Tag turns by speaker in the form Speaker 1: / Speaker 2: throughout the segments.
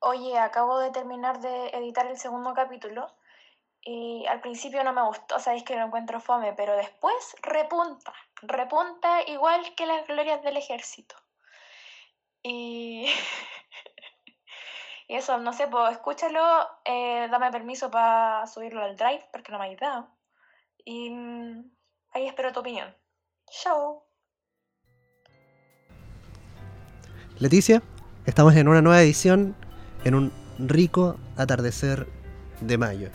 Speaker 1: Oye, acabo de terminar de editar el segundo capítulo y al principio no me gustó, sabéis que lo encuentro fome, pero después repunta, repunta igual que las glorias del ejército. Y, y eso, no sé, pues escúchalo, eh, dame permiso para subirlo al drive porque no me habéis dado. Y mm, ahí espero tu opinión. Chao.
Speaker 2: Leticia, estamos en una nueva edición, en un rico atardecer de mayo.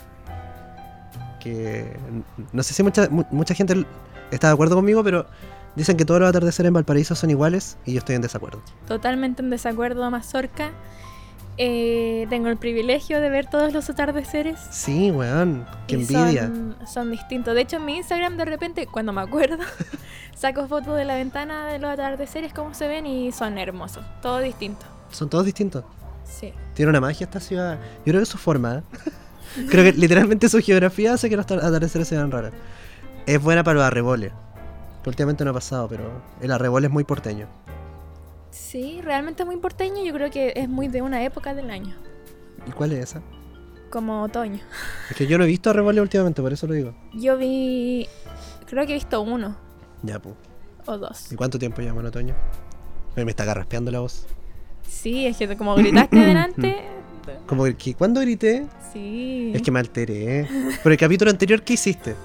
Speaker 2: Que n- no sé si mucha, mu- mucha gente l- está de acuerdo conmigo, pero dicen que todos los atardeceres en Valparaíso son iguales y yo estoy en desacuerdo.
Speaker 3: Totalmente en desacuerdo, Mazorca. Eh, tengo el privilegio de ver todos los atardeceres.
Speaker 2: Sí, weón, qué
Speaker 3: y
Speaker 2: envidia.
Speaker 3: Son, son distintos. De hecho, en mi Instagram de repente, cuando me acuerdo, saco fotos de la ventana de los atardeceres, cómo se ven y son hermosos. Todo distinto.
Speaker 2: Son todos distintos.
Speaker 3: Sí.
Speaker 2: Tiene una magia esta ciudad. Yo creo que su forma. ¿eh? creo que literalmente su geografía hace que los atar- atardeceres se vean raros. Es buena para los arreboles. Que últimamente no ha pasado, pero el arrebol es muy porteño.
Speaker 3: Sí, realmente es muy porteño. Yo creo que es muy de una época del año,
Speaker 2: ¿Y cuál es esa?
Speaker 3: como otoño.
Speaker 2: Es que yo no he visto arreboles últimamente, por eso lo digo.
Speaker 3: Yo vi, creo que he visto uno
Speaker 2: Ya, pues.
Speaker 3: o dos.
Speaker 2: ¿Y cuánto tiempo llevamos en otoño? Me, me está carraspeando la voz.
Speaker 3: Sí, es que como gritaste delante.
Speaker 2: Como que cuando grité,
Speaker 3: Sí.
Speaker 2: es que me alteré. Por el capítulo anterior, ¿qué hiciste?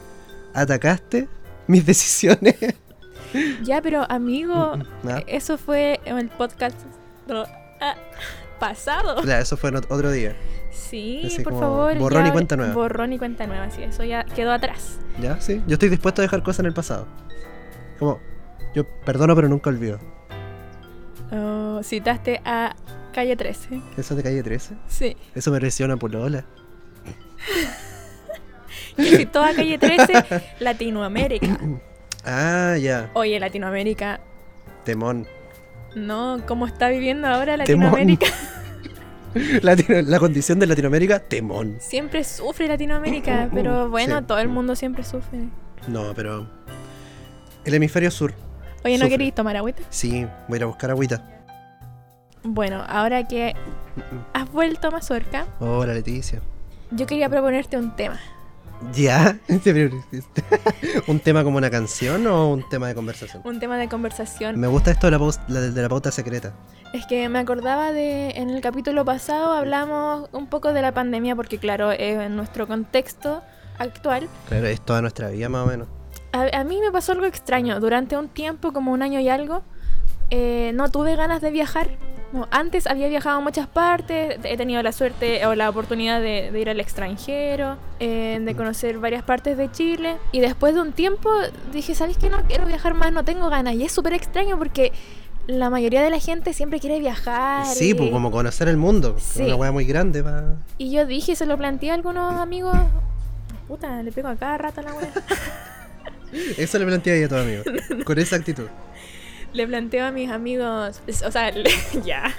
Speaker 2: ¿Atacaste mis decisiones?
Speaker 3: Ya, pero amigo,
Speaker 2: Ah,
Speaker 1: Eh.
Speaker 3: Eso fue en el podcast no, ah, pasado.
Speaker 2: ya, eso fue en ot- otro día.
Speaker 3: Sí,
Speaker 2: Así
Speaker 3: por
Speaker 2: como
Speaker 3: favor.
Speaker 2: borrón y
Speaker 3: ya-
Speaker 2: cuenta nueva.
Speaker 3: Borrón y cuenta nueva, sí, eso ya quedó atrás.
Speaker 2: ¿Ya? Sí. Yo estoy dispuesto a dejar cosas en el pasado. Como, yo perdono pero nunca olvido.
Speaker 3: Oh, citaste a Calle 13.
Speaker 2: Eso de calle 13.
Speaker 3: Sí.
Speaker 2: Eso me mereció una polola.
Speaker 3: Que citó a Calle 13, Latinoamérica.
Speaker 2: Ah, ya.
Speaker 3: Oye, Latinoamérica.
Speaker 2: Temón.
Speaker 3: No, ¿cómo está viviendo ahora
Speaker 2: Temón.
Speaker 3: Latinoamérica?
Speaker 2: Latino- la condición de Latinoamérica, temón.
Speaker 3: Siempre sufre Latinoamérica, pero bueno,
Speaker 2: Sí.
Speaker 3: todo el mundo siempre sufre.
Speaker 2: No, pero... El hemisferio sur.
Speaker 3: Oye, ¿no
Speaker 2: Sufre.
Speaker 3: queréis tomar agüita?
Speaker 2: Sí, voy a ir a buscar agüita.
Speaker 3: Bueno, ahora que has vuelto a Mazorca,
Speaker 2: Hola, Oh, Leticia.
Speaker 3: yo quería proponerte un tema.
Speaker 2: ¿Ya? ¿Un tema como una canción o un tema de conversación?
Speaker 3: Un tema de conversación.
Speaker 2: Me gusta esto de la, paus- la de, de la pauta secreta.
Speaker 3: Es que me acordaba de en el capítulo pasado hablamos un poco de la pandemia porque claro, eh, en nuestro contexto actual,
Speaker 2: Claro, es toda nuestra vida más o menos.
Speaker 3: a, a mí me pasó algo extraño. Durante un tiempo, como un año y algo, eh, no tuve ganas de viajar. No, antes había viajado a muchas partes, he tenido la suerte o la oportunidad de, de ir al extranjero, eh,
Speaker 2: Mm.
Speaker 3: de conocer varias partes de Chile. Y después de un tiempo dije, ¿sabes qué? No quiero viajar más, no tengo ganas. Y es súper extraño porque la mayoría de la gente siempre quiere viajar.
Speaker 2: Sí,
Speaker 3: y-
Speaker 2: pues como conocer el mundo.
Speaker 3: Sí.
Speaker 2: Una hueá muy grande para...
Speaker 3: Y yo dije, se lo planteé a algunos amigos. Puta, le pego a cada rato a la wea.
Speaker 2: Eso le planteé a tu amigo. Con esa actitud.
Speaker 3: le planteo a mis amigos. O sea, le- ya.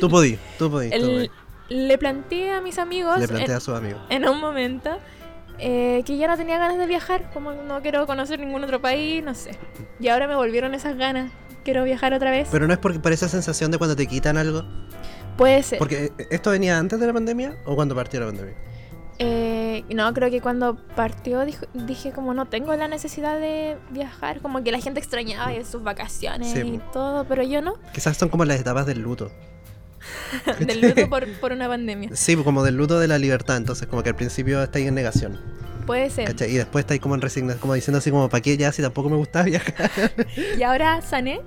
Speaker 2: Tú podí, tú podí. tú
Speaker 3: El-
Speaker 2: podí.
Speaker 3: le planteé a mis amigos
Speaker 2: Le
Speaker 3: en,
Speaker 2: planteé a sus amigos.
Speaker 3: en un momento eh, que ya no tenía ganas de viajar. Como no quiero conocer ningún otro país, no sé. Y ahora me volvieron esas ganas. Quiero viajar otra vez.
Speaker 2: Pero no es porque por esa sensación de cuando te quitan algo.
Speaker 3: Puede ser.
Speaker 2: Porque eh, esto venía antes de la pandemia o cuando partió la pandemia.
Speaker 3: Eh, no, creo que cuando partió dijo- dije como no tengo la necesidad de viajar, como que la gente extrañaba y sus vacaciones
Speaker 2: Sí,
Speaker 3: y
Speaker 2: po.
Speaker 3: todo, pero yo no,
Speaker 2: Quizás son como las etapas del luto.
Speaker 3: del luto por, por una pandemia.
Speaker 2: Sí, pues como del luto de la libertad. Entonces como que al principio estáis en negación.
Speaker 3: Puede ser.
Speaker 2: ¿Cachai? Y después estáis como en resignación. Como diciendo así como, ¿para qué ya si tampoco me gustaba viajar?
Speaker 3: Y ahora sané.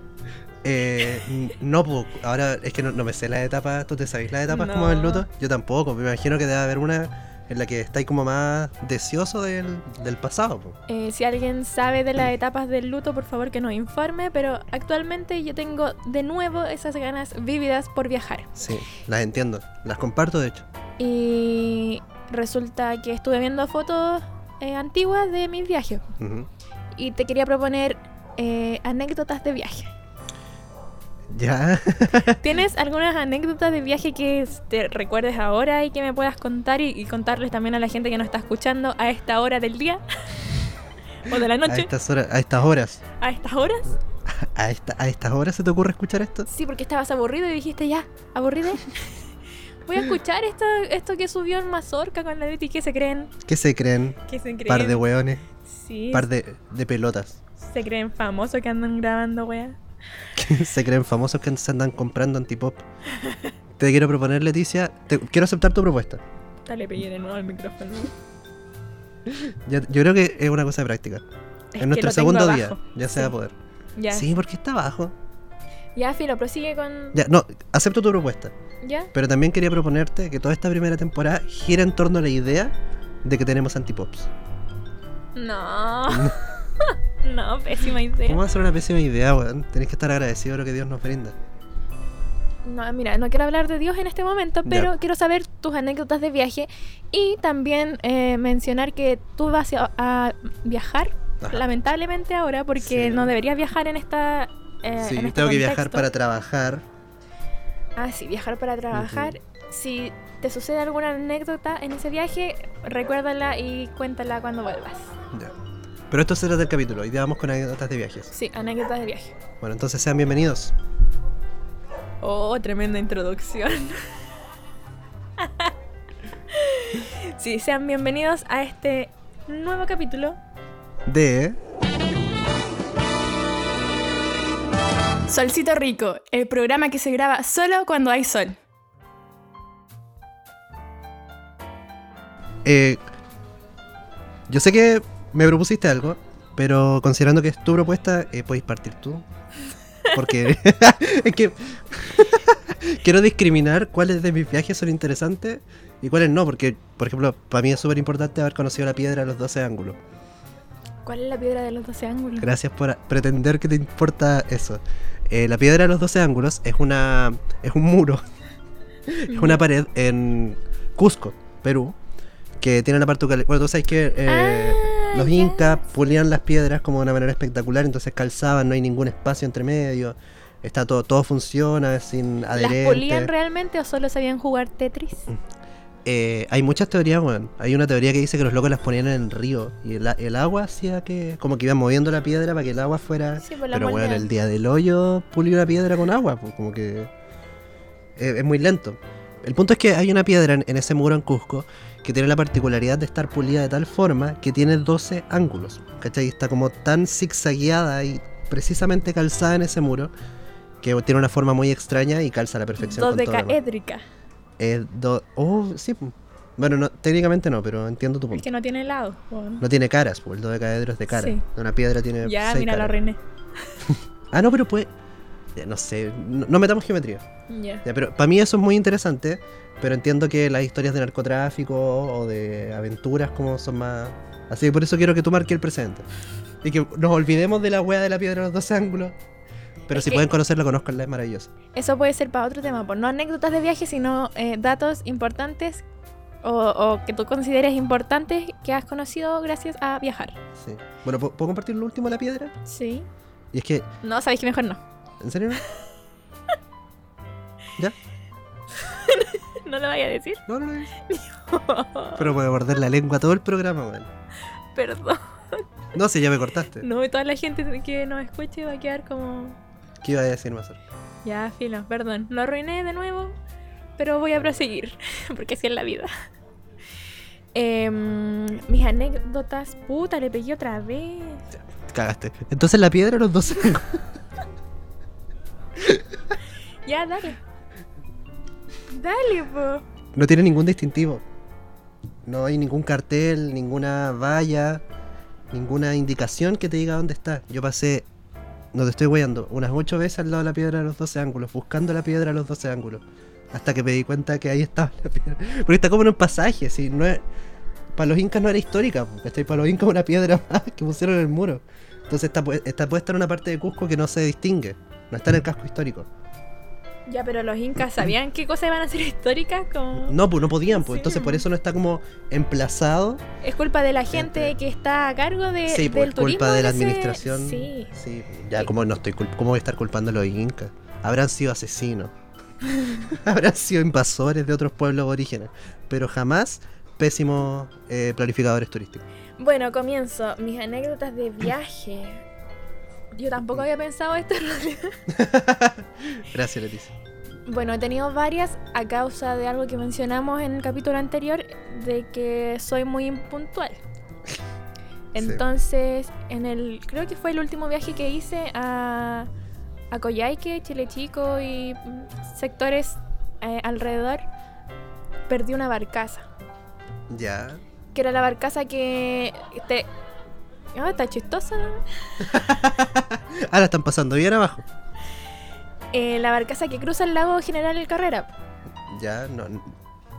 Speaker 2: Eh, n- no, pues ahora es que no, no me sé las etapas. ¿Tú te sabéis las etapas como
Speaker 3: No.
Speaker 2: del luto? Yo tampoco. Me imagino que debe haber una en la que estáis como más deseoso del, del pasado. pues. po.
Speaker 3: Eh, si alguien sabe de las etapas del luto, por favor que nos informe. Pero actualmente yo tengo de nuevo esas ganas vívidas por viajar.
Speaker 2: Sí, las entiendo. Las comparto, de hecho.
Speaker 3: Y resulta que estuve viendo fotos eh, antiguas de mis viajes.
Speaker 2: Ujú.
Speaker 3: Y te quería proponer eh, anécdotas de viaje.
Speaker 2: Ya.
Speaker 3: ¿Tienes algunas anécdotas de viaje que te recuerdes ahora y que me puedas contar y, y contarles también a la gente que nos está escuchando a esta hora del día? ¿O de la
Speaker 2: A
Speaker 3: noche?
Speaker 2: estas horas, a estas horas.
Speaker 3: ¿A estas horas?
Speaker 2: ¿A, esta- a estas horas se te ocurre escuchar esto?
Speaker 3: Sí, porque estabas aburrido y dijiste ya, aburrido. Voy a escuchar esto, esto que subió el Mazorca con la Betty. ¿Qué se creen?
Speaker 2: ¿Qué se creen?
Speaker 3: ¿Qué se creen?
Speaker 2: Par de hueones,
Speaker 3: Sí,
Speaker 2: par de, de pelotas.
Speaker 3: se creen famosos que andan grabando, wea.
Speaker 2: se creen famosos que se andan comprando antipop. Te quiero proponer, Leticia. te- quiero aceptar tu propuesta.
Speaker 3: Dale, pillé de nuevo el micrófono.
Speaker 2: Ya- yo creo que es una cosa de práctica.
Speaker 3: Es que
Speaker 2: en nuestro
Speaker 3: lo tengo
Speaker 2: segundo
Speaker 3: abajo.
Speaker 2: día ya se va a
Speaker 3: Sí.
Speaker 2: poder.
Speaker 3: Ya,
Speaker 2: Sí, porque está abajo.
Speaker 3: ya, filo, prosigue con...
Speaker 2: Ya, no, acepto tu propuesta.
Speaker 3: ¿Ya?
Speaker 2: Pero también quería proponerte que toda esta primera temporada gira en torno a la idea de que tenemos antipops.
Speaker 3: No. no, pésima idea.
Speaker 2: ¿Cómo va a ser una pésima idea, weón? Tenés que estar agradecido de lo que Dios nos brinda.
Speaker 3: No, mira, no quiero hablar de Dios en este momento,
Speaker 2: Ya.
Speaker 3: pero quiero saber tus anécdotas de viaje y también eh, mencionar que tú vas a, a viajar,
Speaker 2: Ajá.
Speaker 3: lamentablemente ahora, porque
Speaker 2: Sí.
Speaker 3: no deberías viajar en esta... eh,
Speaker 2: sí,
Speaker 3: en este
Speaker 2: tengo que viajar
Speaker 3: contexto.
Speaker 2: para trabajar.
Speaker 3: Ah, sí, viajar para trabajar. Si te sucede alguna anécdota en ese viaje, recuérdala y cuéntala cuando vuelvas.
Speaker 2: Ya. Pero esto será del capítulo. Hoy día vamos con anécdotas de viajes.
Speaker 3: Sí, anécdotas de viaje.
Speaker 2: Bueno, entonces sean bienvenidos.
Speaker 3: Oh, tremenda introducción. sí, sean bienvenidos a este nuevo capítulo.
Speaker 2: De.
Speaker 3: Solcito Rico, el programa que se graba solo cuando hay sol.
Speaker 2: eh, yo sé que me propusiste algo, pero considerando que es tu propuesta, eh, podéis partir tú. Porque. es que. quiero discriminar cuáles de mis viajes son interesantes y cuáles no, porque, por ejemplo, para mí es súper importante haber conocido la piedra de los 12 ángulos.
Speaker 3: ¿Cuál es la piedra de los 12 ángulos?
Speaker 2: Gracias por pretender que te importa eso. Eh, la piedra de los 12 ángulos es una es un muro, es una pared en Cusco, Perú, que tiene la particularidad. Bueno, tú sabes que eh,
Speaker 3: Ah,
Speaker 2: los
Speaker 3: ya.
Speaker 2: incas pulían las piedras como de una manera espectacular, entonces calzaban, no hay ningún espacio entre medio, está todo todo funciona sin
Speaker 3: ¿Las pulían
Speaker 2: adherente.
Speaker 3: realmente o solo sabían jugar Tetris?
Speaker 2: Eh, hay muchas teorías, weón. Hay una teoría que dice que los locos las ponían en el río y el, a- el agua hacía que como que iban moviendo la piedra para que el agua fuera
Speaker 3: Sí, por la
Speaker 2: Pero bueno,
Speaker 3: moneda.
Speaker 2: el día del hoyo pulí una piedra con agua, pues como que es, es muy lento. El punto es que hay una piedra en, en ese muro en Cusco que tiene la particularidad de estar pulida de tal forma que tiene 12 ángulos, ¿cachai? Está como tan zigzagueada y precisamente calzada en ese muro que tiene una forma muy extraña y calza a la perfección con todo lo demás.
Speaker 3: Dodecaédrica.
Speaker 2: Eh, do- oh, sí. pu. Bueno, no, técnicamente no, pero entiendo tu
Speaker 3: Es
Speaker 2: punto.
Speaker 3: que no tiene lado. bueno.
Speaker 2: No tiene caras, pues el dodecaedro es de cara.
Speaker 3: Sí.
Speaker 2: Una piedra tiene
Speaker 3: Ya,
Speaker 2: seis
Speaker 3: mira, lo
Speaker 2: caras.
Speaker 3: arruiné.
Speaker 2: Ah, no, pero puede. ya, No sé, no, no metamos geometría.
Speaker 3: Ya.
Speaker 2: Ya, pero para mí eso es muy interesante, pero entiendo que las historias de narcotráfico o de aventuras como son más. Así que por eso quiero que tú marques el presente. Y que nos olvidemos de la wea de la piedra de los dos ángulos. Pero
Speaker 3: Es
Speaker 2: si
Speaker 3: que-
Speaker 2: pueden conocerla, conozcanla, es maravillosa.
Speaker 3: Eso puede ser para otro tema, pues no anécdotas de viaje, sino eh, datos importantes o, o que tú consideres importantes que has conocido gracias a viajar.
Speaker 2: Sí. Bueno, ¿puedo, puedo compartir lo último de la piedra?
Speaker 3: Sí.
Speaker 2: Y es que,
Speaker 3: No, sabéis que mejor no.
Speaker 2: ¿en serio no? ¿Ya?
Speaker 3: No lo vaya a decir.
Speaker 2: No, no, no. Pero voy a morder la lengua todo el programa, weón.
Speaker 3: Perdón.
Speaker 2: No, si ya me cortaste.
Speaker 3: No, y toda la gente que nos escuche va a quedar como.
Speaker 2: ¿Qué iba a decir más?
Speaker 3: Ya, filo, perdón. Lo arruiné de nuevo, pero voy a proseguir, porque así es la vida. Em, mis anécdotas. Puta, le pegué otra vez.
Speaker 2: Cagaste. Entonces la piedra de los dos ángulos.
Speaker 3: Ya, dale. Dale, po.
Speaker 2: No tiene ningún distintivo. No hay ningún cartel, ninguna valla, ninguna indicación que te diga dónde está. Yo pasé, no te estoy guiando, unas ocho veces al lado de la piedra de los 12 ángulos, buscando la piedra de los 12 ángulos. Hasta que me di cuenta que ahí estaba la piedra. Porque está como en un pasaje, si no es. Para los incas no era histórica, estoy para los incas una piedra más que pusieron en el muro. Entonces está, pu- está puesta en una parte de Cusco que no se distingue. No está en el casco histórico.
Speaker 3: Ya, pero los incas sabían qué cosas iban a ser históricas. Como...
Speaker 2: No, pues no podían, pues.
Speaker 3: Sí.
Speaker 2: Entonces por eso no está como emplazado
Speaker 3: Es culpa de la gente que está a cargo de,
Speaker 2: Sí,
Speaker 3: del
Speaker 2: por
Speaker 3: turismo.
Speaker 2: culpa de
Speaker 3: en
Speaker 2: la
Speaker 3: ese-
Speaker 2: administración.
Speaker 3: Sí.
Speaker 2: Sí, ya, como no estoy cul- ¿cómo voy a estar culpando a los incas? Habrán sido asesinos. Habrán sido invasores de otros pueblos orígenes. Pero jamás pésimos eh, planificadores turísticos.
Speaker 3: Bueno, comienzo. Mis anécdotas de viaje. Yo tampoco había pensado esto. en realidad.
Speaker 2: Gracias, Leticia.
Speaker 3: Bueno, he tenido varias a causa de algo que mencionamos en el capítulo anterior, de que soy muy impuntual. Entonces, en el creo que fue el último viaje que hice a, a Coyhaique, Chile Chico y mm, sectores eh, alrededor, perdí una barcaza.
Speaker 2: Ya.
Speaker 3: Que era la barcaza que te... Ah, está chistosa, ¿no?
Speaker 2: Ahora Ah, están pasando bien abajo.
Speaker 3: Eh, la barcaza que cruza el lago General Carrera.
Speaker 2: Ya, no. n-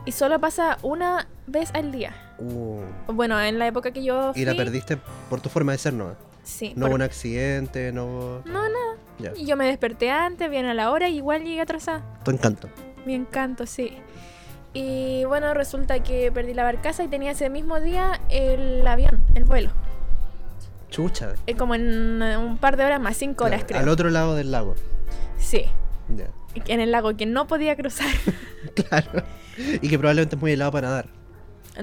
Speaker 3: Y solo pasa una vez al día.
Speaker 2: uh,
Speaker 3: Bueno, en la época que yo...
Speaker 2: y la
Speaker 3: fui,
Speaker 2: perdiste por tu forma de ser, ¿no?
Speaker 3: Sí.
Speaker 2: No
Speaker 3: por-
Speaker 2: hubo un accidente, no hubo.
Speaker 3: No, no.
Speaker 2: Ya.
Speaker 3: Y yo me desperté antes, bien a la hora, y igual llegué atrasada.
Speaker 2: Tu encanto.
Speaker 3: Me encanto, sí. Y bueno, resulta que perdí la barcaza y tenía ese mismo día el avión, el vuelo.
Speaker 2: Chucha.
Speaker 3: Eh, como en eh, un par de horas más, cinco horas
Speaker 2: Ya,
Speaker 3: creo.
Speaker 2: Al otro lado del lago.
Speaker 3: Sí,
Speaker 2: Ya.
Speaker 3: en el lago que no podía cruzar.
Speaker 2: Claro. Y que probablemente es muy helado para nadar.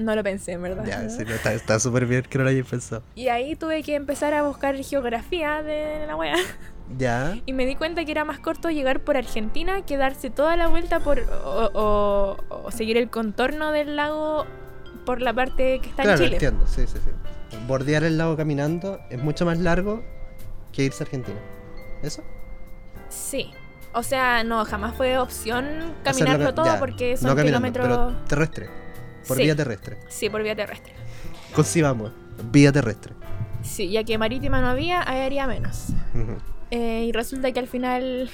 Speaker 3: No lo pensé, en verdad.
Speaker 2: Ya, sí, no, está está súper bien que no lo hayas pensado.
Speaker 3: Y ahí tuve que empezar a buscar geografía de la wea.
Speaker 2: Ya.
Speaker 3: Y me di cuenta que era más corto llegar por Argentina que darse toda la vuelta por o, o- o seguir el contorno del lago por la parte que está
Speaker 2: claro,
Speaker 3: en Chile.
Speaker 2: entiendo. Sí, sí, sí. Bordear el lago caminando es mucho más largo que irse a Argentina. ¿Eso?
Speaker 3: Sí. O sea, no, jamás fue opción
Speaker 2: Hacerlo
Speaker 3: caminarlo
Speaker 2: ca-
Speaker 3: todo
Speaker 2: ya,
Speaker 3: porque son
Speaker 2: no caminando,
Speaker 3: kilómetros.
Speaker 2: Pero terrestre. Por
Speaker 3: sí,
Speaker 2: vía terrestre.
Speaker 3: sí, por vía terrestre.
Speaker 2: Concibamos. Vía terrestre.
Speaker 3: Sí, ya que marítima no había, aérea menos.
Speaker 2: Ujú.
Speaker 3: Eh, y resulta que al final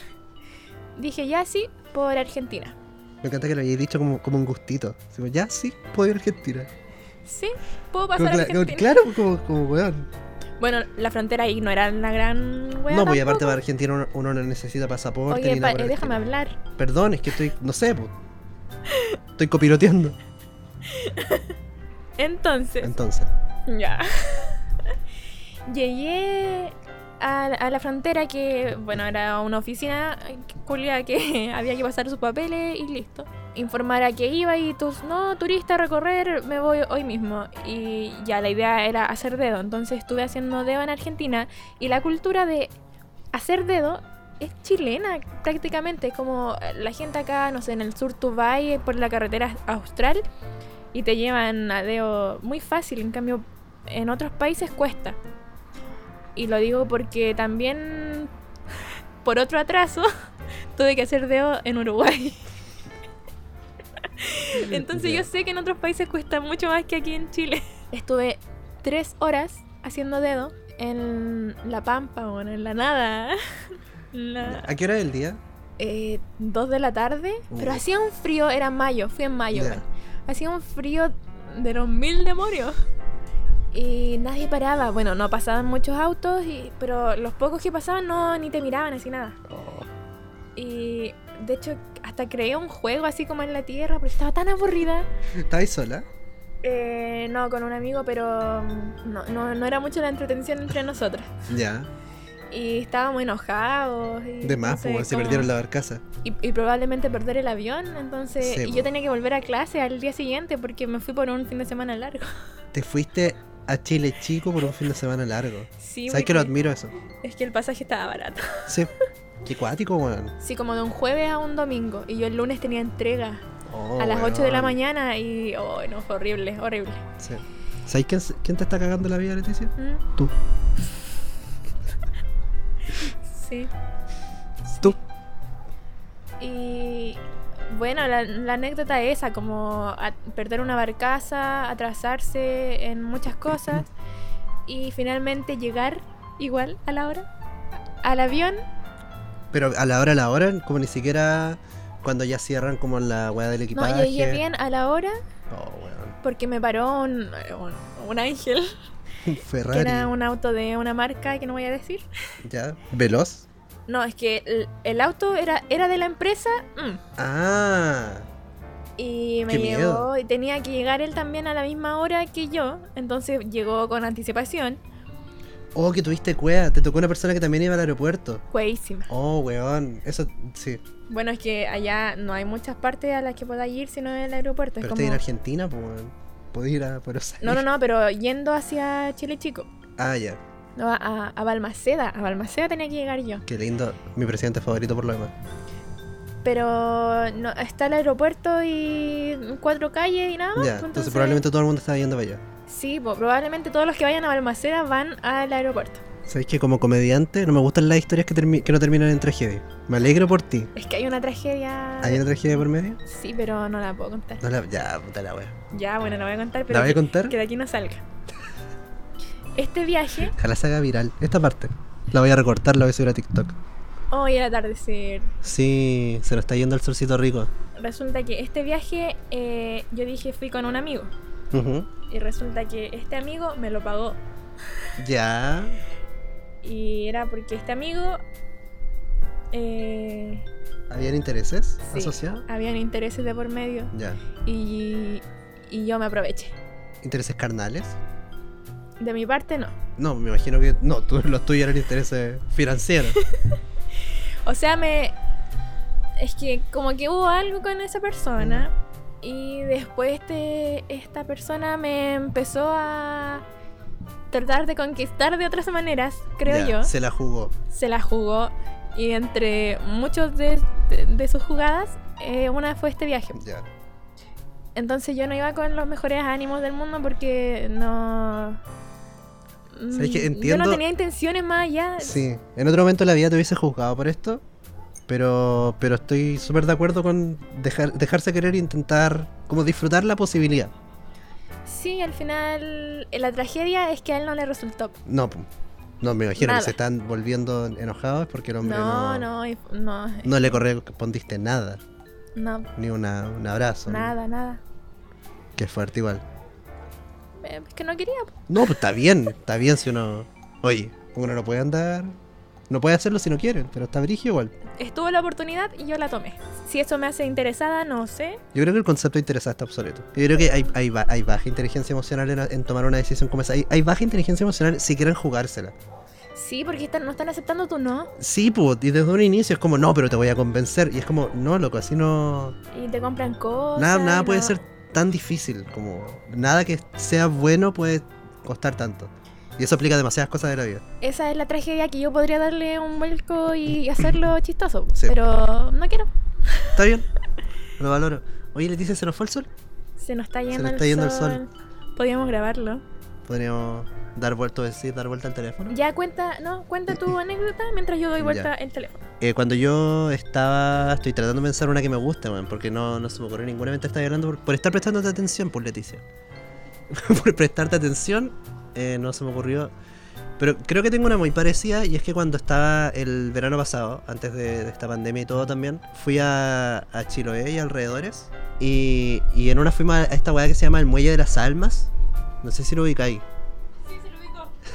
Speaker 3: dije ya sí por Argentina.
Speaker 2: Me encanta que lo hayáis dicho como, como un gustito. Así como, ya sí, puedo ir a Argentina.
Speaker 3: Sí, puedo
Speaker 2: Como
Speaker 3: pasar
Speaker 2: cla-
Speaker 3: a
Speaker 2: como-
Speaker 3: Argentina.
Speaker 2: claro, como, como weón.
Speaker 3: Bueno, la frontera ahí no era la gran wea
Speaker 2: no, pues y
Speaker 3: tampoco.
Speaker 2: aparte para Argentina uno, uno no necesita pasaporte
Speaker 3: Oye,
Speaker 2: ni
Speaker 3: pa-
Speaker 2: nada. por
Speaker 3: eh,
Speaker 2: el
Speaker 3: déjame
Speaker 2: estilo.
Speaker 3: hablar.
Speaker 2: Perdón, es que estoy, no sé, pues. Estoy copiroteando.
Speaker 3: Entonces,
Speaker 2: Entonces,
Speaker 3: ya. Llegué a, a la frontera que, bueno, era una oficina eh, culia que había que pasar sus papeles y listo. Informar a qué iba y tus, no, turista, a recorrer, me voy hoy mismo. Y ya la idea era hacer dedo. Entonces estuve haciendo dedo en Argentina y la cultura de hacer dedo es chilena prácticamente. Es como eh, la gente acá, no sé, en el sur tú vas eh, por la carretera austral y te llevan a dedo muy fácil. En cambio, en otros países cuesta. Y lo digo porque también, por otro atraso, tuve que hacer dedo en Uruguay. Entonces
Speaker 2: Ya.
Speaker 3: yo sé que en otros países cuesta mucho más que aquí en Chile. Estuve tres horas haciendo dedo en la pampa, bueno, en la nada. La-
Speaker 2: ¿a qué hora del día?
Speaker 3: eh, dos de la tarde, pero
Speaker 2: Uh.
Speaker 3: hacía un frío, era mayo, fui en mayo.
Speaker 2: Ya.
Speaker 3: bueno. Hacía un frío de los mil demonios. Y nadie paraba. Bueno, no pasaban muchos autos, y- pero los pocos que pasaban no ni te miraban así nada.
Speaker 2: Oh,
Speaker 3: Y de hecho, hasta creé un juego así como en la tierra, porque estaba tan aburrida.
Speaker 2: ¿Estáis sola?
Speaker 3: Eh, no, con un amigo, pero mm, no, no, no era mucho la entretención entre nosotras.
Speaker 2: Ya.
Speaker 3: Y estábamos enojados. Y
Speaker 2: De más,
Speaker 3: entonces,
Speaker 2: pues, se
Speaker 3: como-
Speaker 2: perdieron la barcaza.
Speaker 3: y, y probablemente perder el avión, entonces
Speaker 2: Sí, pues.
Speaker 3: y
Speaker 2: po.
Speaker 3: yo tenía que volver a clase al día siguiente porque me fui por un fin de semana largo.
Speaker 2: Te fuiste a Chile chico por un fin de semana largo.
Speaker 3: Sí,
Speaker 2: ¿Sabes que lo
Speaker 3: porque
Speaker 2: admiro eso?
Speaker 3: es que el pasaje estaba barato.
Speaker 2: Sí. Qué cuático, weón.
Speaker 3: Sí, como de un jueves a un domingo y yo el lunes tenía entrega
Speaker 2: Oh,
Speaker 3: a las 8 de la
Speaker 2: weón.
Speaker 3: mañana y oh, no, fue horrible, horrible.
Speaker 2: Sí. ¿Sabes quién, quién te está cagando la vida, Leticia?
Speaker 3: ¿Mm?
Speaker 2: Tú.
Speaker 3: Sí.
Speaker 2: Tú.
Speaker 3: Y bueno, la, la anécdota es esa, como a- perder una barcaza, atrasarse en muchas cosas y finalmente llegar igual a la hora al avión.
Speaker 2: Pero a la hora, a la hora, como ni siquiera cuando ya cierran como la weá del
Speaker 3: No,
Speaker 2: equipaje.
Speaker 3: llegué bien a la hora
Speaker 2: Oh, weón.
Speaker 3: porque me paró un, un, un ángel,
Speaker 2: Un
Speaker 3: que
Speaker 2: Ferrari.
Speaker 3: era un auto de una marca que no voy a decir.
Speaker 2: Ya. ¿Veloz?
Speaker 3: No, es que el, el auto era, era de la empresa. mm,
Speaker 2: Ah.
Speaker 3: Y me
Speaker 2: Qué
Speaker 3: llevó
Speaker 2: miedo.
Speaker 3: y tenía que llegar él también a la misma hora que yo, entonces llegó con anticipación,
Speaker 2: Oh, que tuviste cueva. Te tocó una persona que también iba al aeropuerto.
Speaker 3: cueísima.
Speaker 2: Oh, weón. Eso, sí.
Speaker 3: Bueno, es que allá no hay muchas partes a las que podáis ir sino en el aeropuerto, es
Speaker 2: Pero
Speaker 3: como...
Speaker 2: estoy en Argentina, pues, weón. Podés ir a Buenos Aires.
Speaker 3: No, no, no, pero yendo hacia Chile Chico,
Speaker 2: Ah, ya.
Speaker 3: no, a, a, a Balmaceda, a Balmaceda tenía que llegar yo.
Speaker 2: Qué lindo. Mi presidente favorito por lo demás.
Speaker 3: Pero no, está el aeropuerto y cuatro calles y nada más.
Speaker 2: Ya,
Speaker 3: pues,
Speaker 2: entonces, probablemente todo el mundo estaba yendo para allá.
Speaker 3: Sí, po, probablemente todos los que vayan a Balmaceda van al aeropuerto.
Speaker 2: Sabéis que como comediante no me gustan las historias que, termi- que no terminan en tragedia. Me alegro por ti.
Speaker 3: Es que hay una tragedia.
Speaker 2: ¿Hay una tragedia por medio?
Speaker 3: Sí, pero no la puedo contar.
Speaker 2: No la, ya, puta la wea.
Speaker 3: Ya, bueno, la voy a contar, pero
Speaker 2: ¿La voy a
Speaker 3: que,
Speaker 2: contar?
Speaker 3: que de aquí no salga. Este viaje,
Speaker 2: Ojalá se haga viral. Esta parte. La voy a recortar, la voy a subir a TikTok.
Speaker 3: hoy el atardecer.
Speaker 2: Sí, se nos está yendo el solcito rico.
Speaker 3: Resulta que este viaje, eh, yo dije fui con un amigo.
Speaker 2: Ujú.
Speaker 3: Y resulta que este amigo me lo pagó.
Speaker 2: Ya.
Speaker 3: Y era porque este amigo. Eh,
Speaker 2: ¿Habían intereses
Speaker 3: sí,
Speaker 2: asociados?
Speaker 3: habían intereses de por medio.
Speaker 2: Ya.
Speaker 3: Y, y yo me aproveché.
Speaker 2: ¿Intereses carnales?
Speaker 3: De mi parte, no.
Speaker 2: No, me imagino que. No, tú- los tuyos eran intereses financieros.
Speaker 3: O sea, me. Es que como que hubo algo con esa persona. Y después este, esta persona me empezó a tratar de conquistar de otras maneras, creo
Speaker 2: Ya,
Speaker 3: yo.
Speaker 2: Se la jugó.
Speaker 3: Se la jugó. Y entre muchos de, de- de sus jugadas, eh, una fue este viaje.
Speaker 2: Ya.
Speaker 3: Entonces yo no iba con los mejores ánimos del mundo porque no...
Speaker 2: ¿Sabes qué?
Speaker 3: Mm, Yo
Speaker 2: Entiendo-
Speaker 3: no tenía intenciones más allá.
Speaker 2: Sí. En otro momento de la vida te hubiese juzgado por esto. Pero, pero estoy súper de acuerdo con dejar, dejarse querer e intentar como disfrutar la posibilidad.
Speaker 3: Sí, al final eh, la tragedia es que a él no le resultó.
Speaker 2: No, pum. no me imagino
Speaker 3: Nada.
Speaker 2: que se están volviendo enojados porque el hombre
Speaker 3: No,
Speaker 2: no,
Speaker 3: no, y- no, eh,
Speaker 2: no le correspondiste nada,
Speaker 3: no,
Speaker 2: ni una, un abrazo. ni-
Speaker 3: nada, nada.
Speaker 2: Qué fuerte igual.
Speaker 3: Eh, Es que no quería. po.
Speaker 2: No, pues está bien, está bien si uno. Oye, uno no puede andar. No puede hacerlo si no quiere, pero está brígido igual.
Speaker 3: Estuvo la oportunidad y yo la tomé. Si eso me hace interesada, no sé.
Speaker 2: Yo creo que el concepto de interesado está obsoleto. Yo creo que hay, hay, ba- hay baja inteligencia emocional en, en tomar una decisión como esa. Hay, hay baja inteligencia emocional si quieren jugársela.
Speaker 3: Sí, porque están, no están aceptando tu no.
Speaker 2: Sí, pues, y desde un inicio es como, no, pero te voy a convencer. Y es como, no, loco, así no.
Speaker 3: Y te compran cosas.
Speaker 2: nada nada
Speaker 3: y
Speaker 2: puede
Speaker 3: no-
Speaker 2: ser tan difícil como. Nada que sea bueno puede costar tanto. Y eso aplica a demasiadas cosas de la vida.
Speaker 3: Esa es la tragedia que yo podría darle un vuelco y hacerlo chistoso. po,
Speaker 2: Sí.
Speaker 3: Pero no quiero.
Speaker 2: Está bien, lo valoro. Oye, Leticia, ¿se nos fue el sol?
Speaker 3: Se nos está yendo,
Speaker 2: nos
Speaker 3: el,
Speaker 2: está yendo el sol.
Speaker 3: sol. Podríamos grabarlo.
Speaker 2: Podríamos dar vuelta, decir, dar vuelta al teléfono.
Speaker 3: Ya cuenta, no, cuenta tu anécdota mientras yo doy vuelta
Speaker 2: Ya.
Speaker 3: el teléfono.
Speaker 2: Eh, cuando yo estaba. Estoy tratando de pensar una que me guste, man, porque no, no se me ocurrió ninguna mientras estaba hablando. Por, por estar prestándote atención, pues, Leticia. por prestarte atención, eh, no se me ocurrió. Pero creo que tengo una muy parecida, y es que cuando estaba el verano pasado, antes de, de esta pandemia y todo también, fui a, a Chiloé y alrededores. Y, y en una fuimos a esta weá que se llama el Muelle de las Almas. No sé si lo ubicáis.
Speaker 3: Sí, se lo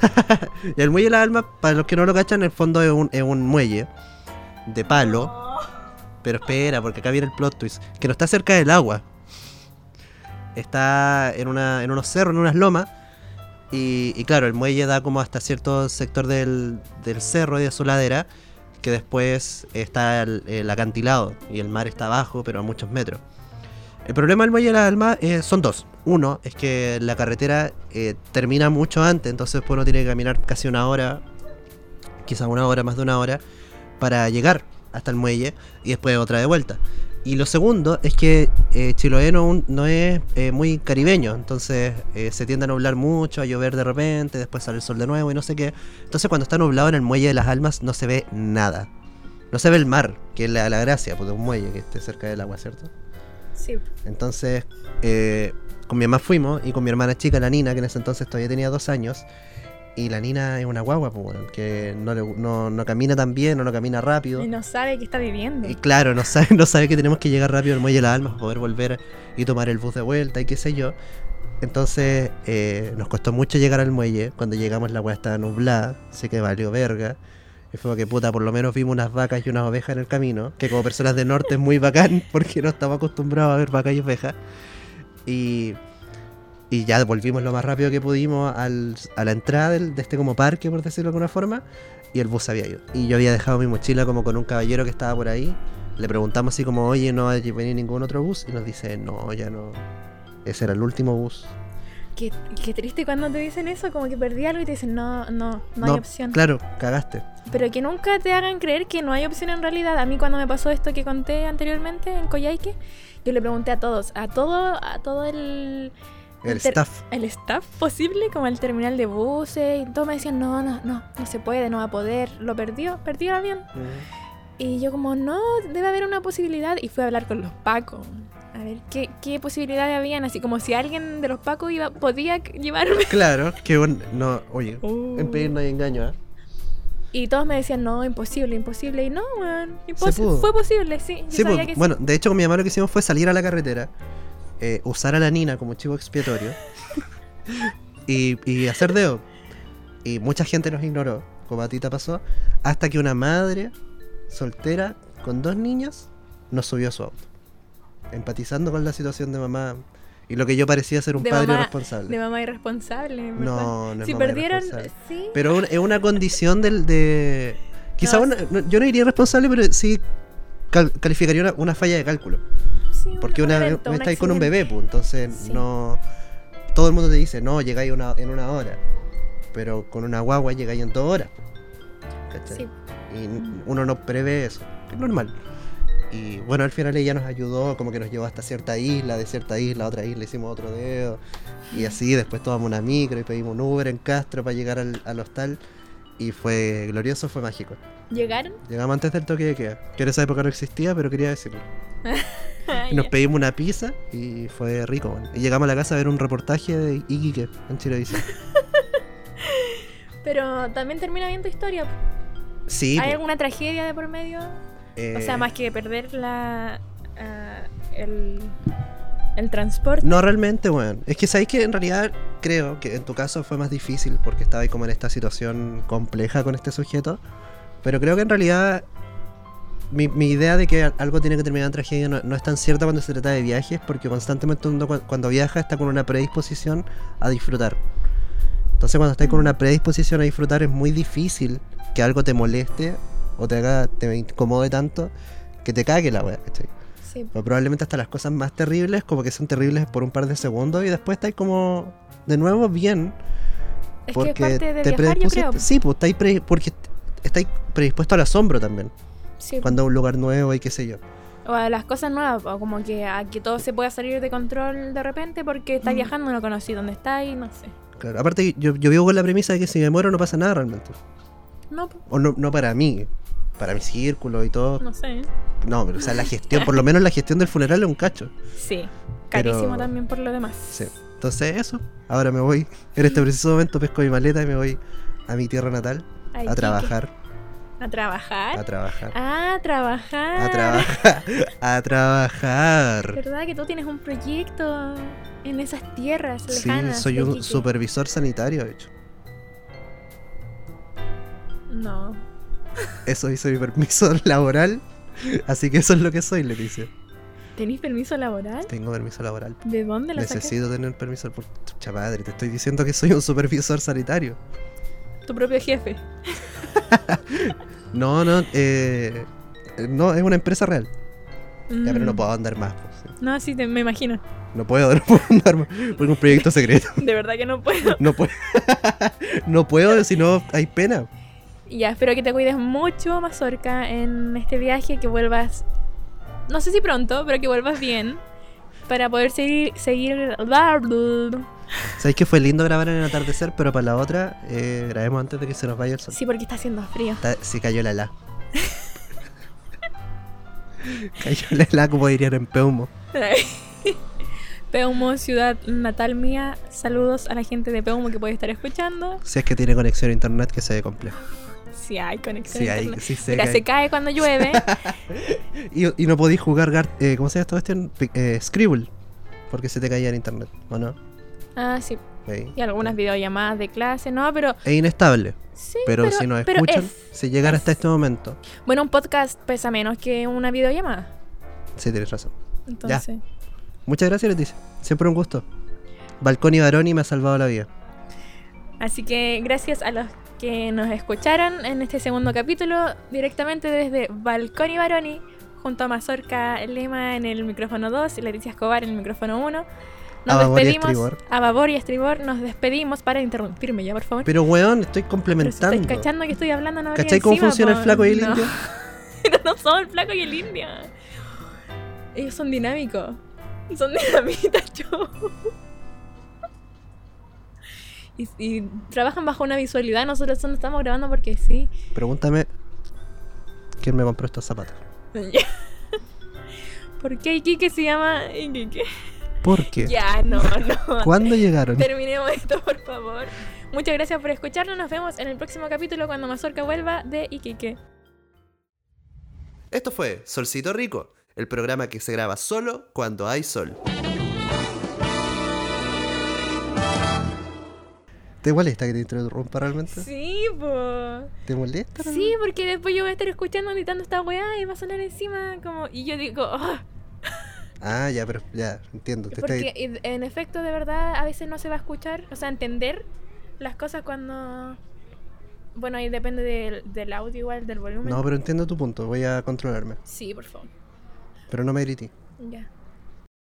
Speaker 3: ubico.
Speaker 2: Y el muelle de las almas, para los que no lo cachan, en el fondo es un, es un muelle de palo. Pero espera, porque acá viene el plot twist. Que no está cerca del agua. Está en, una, en unos cerros, en unas lomas. Y, y claro, el muelle da como hasta cierto sector del, del cerro y de su ladera. Que después está el, el acantilado. Y el mar está abajo, pero a muchos metros. El problema del Muelle de las Almas eh, son dos. Uno es que la carretera eh, termina mucho antes, entonces después uno tiene que caminar casi una hora, quizás una hora, más de una hora, para llegar hasta el muelle y después otra de vuelta. Y lo segundo es que eh, Chiloé no, un- no es eh, muy caribeño, entonces eh, se tiende a nublar mucho, a llover de repente, después sale el sol de nuevo y no sé qué. Entonces cuando está nublado en el Muelle de las Almas no se ve nada. No se ve el mar, que es la, la gracia, pues, de un muelle que esté cerca del agua, ¿cierto?
Speaker 3: Sí.
Speaker 2: Entonces, eh, con mi mamá fuimos y con mi hermana chica, la Nina, que en ese entonces todavía tenía dos años. Y la Nina es una guagua, pues, weón, que no, le- no, no camina tan bien, no, no camina rápido.
Speaker 3: Y no sabe qué está viviendo.
Speaker 2: Y claro, no sabe, no sabe que tenemos que llegar rápido al muelle de las almas para poder volver y tomar el bus de vuelta y qué sé yo. Entonces eh, nos costó mucho llegar al muelle. Cuando llegamos la weá estaba nublada, así que valió verga. Y fue como que puta, por lo menos vimos unas vacas y unas ovejas en el camino. Que como personas del norte es muy bacán porque no estamos acostumbrados a ver vacas y ovejas. Y, y ya volvimos lo más rápido que pudimos al- a la entrada del- de este como parque, por decirlo de alguna forma y el bus había ido. Y yo había dejado mi mochila como con un caballero que estaba por ahí. Le preguntamos así como, oye, ¿no va a venir ningún otro bus? Y nos dice, no, ya no. Ese era el último bus.
Speaker 3: Qué, qué triste cuando te dicen eso, como que perdí algo y te dicen, no, no, no,
Speaker 2: No,
Speaker 3: hay opción.
Speaker 2: Claro, cagaste.
Speaker 3: Pero que nunca te hagan creer que no hay opción en realidad. A mí cuando me pasó esto que conté anteriormente en Coyhaique, yo le pregunté a todos, a todo, a todo el...
Speaker 2: El
Speaker 3: ter-
Speaker 2: staff.
Speaker 3: el staff posible, como el terminal de buses, y todos me decían, no, no, no, no se puede, no va a poder, lo perdió, perdió el avión. Y yo como, no, debe haber una posibilidad. Y fui a hablar con los Pacos. A ver, ¿qué, qué posibilidades habían? Así como si alguien de los Pacos iba, podía llevarme.
Speaker 2: Claro, que un- no, oye,
Speaker 3: Oh.
Speaker 2: en pedir no hay engaño, ¿eh?
Speaker 3: Y todos me decían, no, imposible, imposible. Y no, weón, impos-
Speaker 2: Se pudo.
Speaker 3: fue posible, sí. Yo
Speaker 2: Sí,
Speaker 3: sabía
Speaker 2: pues,
Speaker 3: que sí.
Speaker 2: bueno, de hecho con mi mamá lo que hicimos fue salir a la carretera, eh, usar a la nina como chivo expiatorio y, y hacer dedo. Y mucha gente nos ignoró, como a ti te pasó, hasta que una madre soltera con dos niñas nos subió a su auto. Empatizando con la situación de mamá y lo que yo parecía ser un
Speaker 3: De
Speaker 2: padre
Speaker 3: mamá-
Speaker 2: responsable.
Speaker 3: De mamá irresponsable, en ¿verdad?
Speaker 2: No, no es
Speaker 3: Si
Speaker 2: mamá
Speaker 3: perdieron,
Speaker 2: irresponsable.
Speaker 3: sí.
Speaker 2: Pero un- es una condición del de. Quizá
Speaker 3: No,
Speaker 2: una- no- yo no iría responsable, pero sí cal- calificaría una, una falla de cálculo.
Speaker 3: sí, un
Speaker 2: Porque una,
Speaker 3: evento, un
Speaker 2: estáis con un
Speaker 3: accidente.
Speaker 2: bebé, pues, entonces
Speaker 3: Sí.
Speaker 2: no. Todo el mundo te dice, no, llegáis una- en una hora. Pero con una guagua llegáis en dos horas. ¿cachai?
Speaker 3: Sí.
Speaker 2: Y n- uno no prevé eso, que es normal. Y bueno, al final ella nos ayudó, como que nos llevó hasta cierta isla, de cierta isla a otra isla, hicimos otro dedo. Y así, después tomamos una micro y pedimos un Uber en Castro para llegar al, al hostal. Y fue glorioso, fue mágico.
Speaker 3: ¿Llegaron?
Speaker 2: Llegamos antes del toque de queda, que en esa época no existía, pero quería decirlo.
Speaker 3: Ah,
Speaker 2: Y nos
Speaker 3: ya.
Speaker 2: pedimos una pizza y fue rico, bueno. Y llegamos a la casa a ver un reportaje de Iquique en Chilevisión.
Speaker 3: Pero también termina bien tu historia.
Speaker 2: Sí,
Speaker 3: ¿Hay
Speaker 2: po,
Speaker 3: alguna tragedia de por medio?
Speaker 2: eh,
Speaker 3: O sea, más que perder la ah, el, el transporte.
Speaker 2: No realmente, bueno. Es que sabéis que en realidad creo que en tu caso fue más difícil porque estaba ahí como en esta situación compleja con este sujeto. Pero creo que en realidad mi, mi idea de que algo tiene que terminar en tragedia no, no es tan cierta cuando se trata de viajes porque constantemente uno cu- cuando viaja está con una predisposición a disfrutar. Entonces cuando estás con una predisposición a disfrutar es muy difícil que algo te moleste o te haga, te incomode tanto que te cague la wea, ¿cachai?
Speaker 3: Sí.
Speaker 2: Pero Pues probablemente hasta las cosas más terribles, como que son terribles por un par de segundos y después estáis como de nuevo bien.
Speaker 3: Es que
Speaker 2: porque
Speaker 3: es parte de viajar, yo creo.
Speaker 2: predispusiste- Sí, pues estáis pre- porque est- estáis predispuesto al asombro también.
Speaker 3: Sí. pues.
Speaker 2: Cuando a un lugar nuevo y qué sé yo.
Speaker 3: O a las cosas nuevas, o como que a que todo se pueda salir de control de repente porque estás
Speaker 2: Mm.
Speaker 3: viajando, no conocí dónde está y no sé.
Speaker 2: Claro, aparte, yo, yo vivo con la premisa de que si me muero no pasa nada realmente.
Speaker 3: No, po,
Speaker 2: O no, no para mí, para mi círculo y todo.
Speaker 3: no sé.
Speaker 2: No, pero o sea, la gestión, por lo menos la gestión del funeral es un cacho.
Speaker 3: Sí. Carísimo
Speaker 2: Pero-
Speaker 3: también por lo demás.
Speaker 2: Sí. Entonces, eso. Ahora me voy. En este preciso momento pesco mi maleta y me voy a mi tierra natal a
Speaker 3: Ay, chique.
Speaker 2: trabajar.
Speaker 3: A trabajar. Ah,
Speaker 2: A trabajar.
Speaker 3: A trabajar.
Speaker 2: A trabajar. A trabajar.
Speaker 3: ¿Verdad que tú tienes un proyecto en esas tierras
Speaker 2: Sí,
Speaker 3: lejanas?
Speaker 2: soy
Speaker 3: de
Speaker 2: un
Speaker 3: Iquique?
Speaker 2: supervisor sanitario, de hecho.
Speaker 3: No.
Speaker 2: Eso hizo mi permiso laboral. Así que eso es lo que soy, le dice.
Speaker 3: ¿Tenís permiso laboral?
Speaker 2: Tengo permiso laboral.
Speaker 3: ¿De dónde lo sacaste?
Speaker 2: Necesito tener permiso por chucha madre. Te estoy diciendo que soy un supervisor sanitario.
Speaker 3: Tu propio jefe.
Speaker 2: No, no, eh, no, es una empresa real. Ya, pero no
Speaker 3: Mm.
Speaker 2: puedo andar más. pues, sí.
Speaker 3: No, sí, te- me imagino.
Speaker 2: No puedo, no puedo andar más. Porque es un proyecto secreto.
Speaker 3: De verdad que no puedo.
Speaker 2: No puedo. no puedo, si no hay pena.
Speaker 3: Ya, espero que te cuides mucho, Mazorca, en este viaje, que vuelvas, no sé si pronto, pero que vuelvas bien, para poder seguir... seguir...
Speaker 2: ¿Sabéis que fue lindo grabar en el atardecer? Pero para la otra, eh, grabemos antes de que se nos vaya el sol.
Speaker 3: Sí, porque está haciendo frío.
Speaker 2: Está- se cayó la la. cayó la la, como dirían en Peumo.
Speaker 3: Peumo, ciudad natal mía, saludos a la gente de Peumo que puede estar escuchando.
Speaker 2: Si es que tiene conexión a internet, que se ve complejo.
Speaker 3: Si hay conexión.
Speaker 2: Sí,
Speaker 3: a
Speaker 2: ahí,
Speaker 3: internet.
Speaker 2: sí se
Speaker 3: Mira,
Speaker 2: cae.
Speaker 3: se cae cuando llueve.
Speaker 2: Y, y no podís jugar, gar- eh, ¿cómo se llama todo esto? Pi- eh, Scribble. Porque se te caía en internet, ¿o no?
Speaker 3: Ah, sí.
Speaker 2: Ahí.
Speaker 3: Y algunas videollamadas de clase, ¿no? Pero
Speaker 2: Es inestable,
Speaker 3: sí.
Speaker 2: pero, si nos
Speaker 3: pero
Speaker 2: escuchan,
Speaker 3: es.
Speaker 2: si llegara hasta este momento,
Speaker 3: Bueno, un podcast pesa menos que una videollamada.
Speaker 2: sí tienes razón.
Speaker 3: Entonces,
Speaker 2: Muchas gracias, Leticia. Siempre un gusto. Balcón y Baroni me ha salvado la vida.
Speaker 3: así que gracias a los que nos escucharon en este segundo capítulo directamente desde Balcón y Baroni junto a Mazorca Lema en el micrófono 2 y Leticia Escobar en el micrófono 1. Nos
Speaker 2: A babor y
Speaker 3: despedimos.
Speaker 2: estribor.
Speaker 3: A babor y estribor nos despedimos para interrumpirme ya, por favor.
Speaker 2: Pero weón, estoy
Speaker 3: Pero si estáis
Speaker 2: complementando.
Speaker 3: cachando que estoy hablando, no habría
Speaker 2: ¿Cachai cómo
Speaker 3: encima,
Speaker 2: funciona el
Speaker 3: po.
Speaker 2: flaco y el
Speaker 3: No.
Speaker 2: indio?
Speaker 3: no son el flaco y el india. Ellos son dinámicos. Son dinamitas, yo. Y, y trabajan bajo una visualidad. Nosotros solo estamos grabando porque sí.
Speaker 2: Pregúntame quién me compró estos zapatos.
Speaker 3: ¿Por qué Iquique se llama Iquique?
Speaker 2: ¿Por qué?
Speaker 3: Ya, no, no.
Speaker 2: ¿Cuándo llegaron?
Speaker 3: Terminemos esto, por favor. Muchas gracias por escucharnos. Nos vemos en el próximo capítulo cuando Mazorca vuelva de Iquique.
Speaker 2: Esto fue Solcito Rico, el programa que se graba solo cuando hay sol. ¿Te molesta que te interrumpa realmente?
Speaker 3: Sí, po.
Speaker 2: ¿Te molesta?
Speaker 3: Sí, porque después yo voy a estar escuchando gritando esta weá y va a sonar encima como... Y yo digo, "Ah".
Speaker 2: Ah, ya, pero ya, entiendo. Te
Speaker 3: porque
Speaker 2: estoy-
Speaker 3: en- en efecto de verdad a veces no se va a escuchar, o sea, entender las cosas cuando... Bueno, ahí depende del, del audio igual, del volumen.
Speaker 2: No, pero entiendo tu punto, voy a controlarme.
Speaker 3: Sí, por favor.
Speaker 2: Pero no me grité.
Speaker 3: Ya.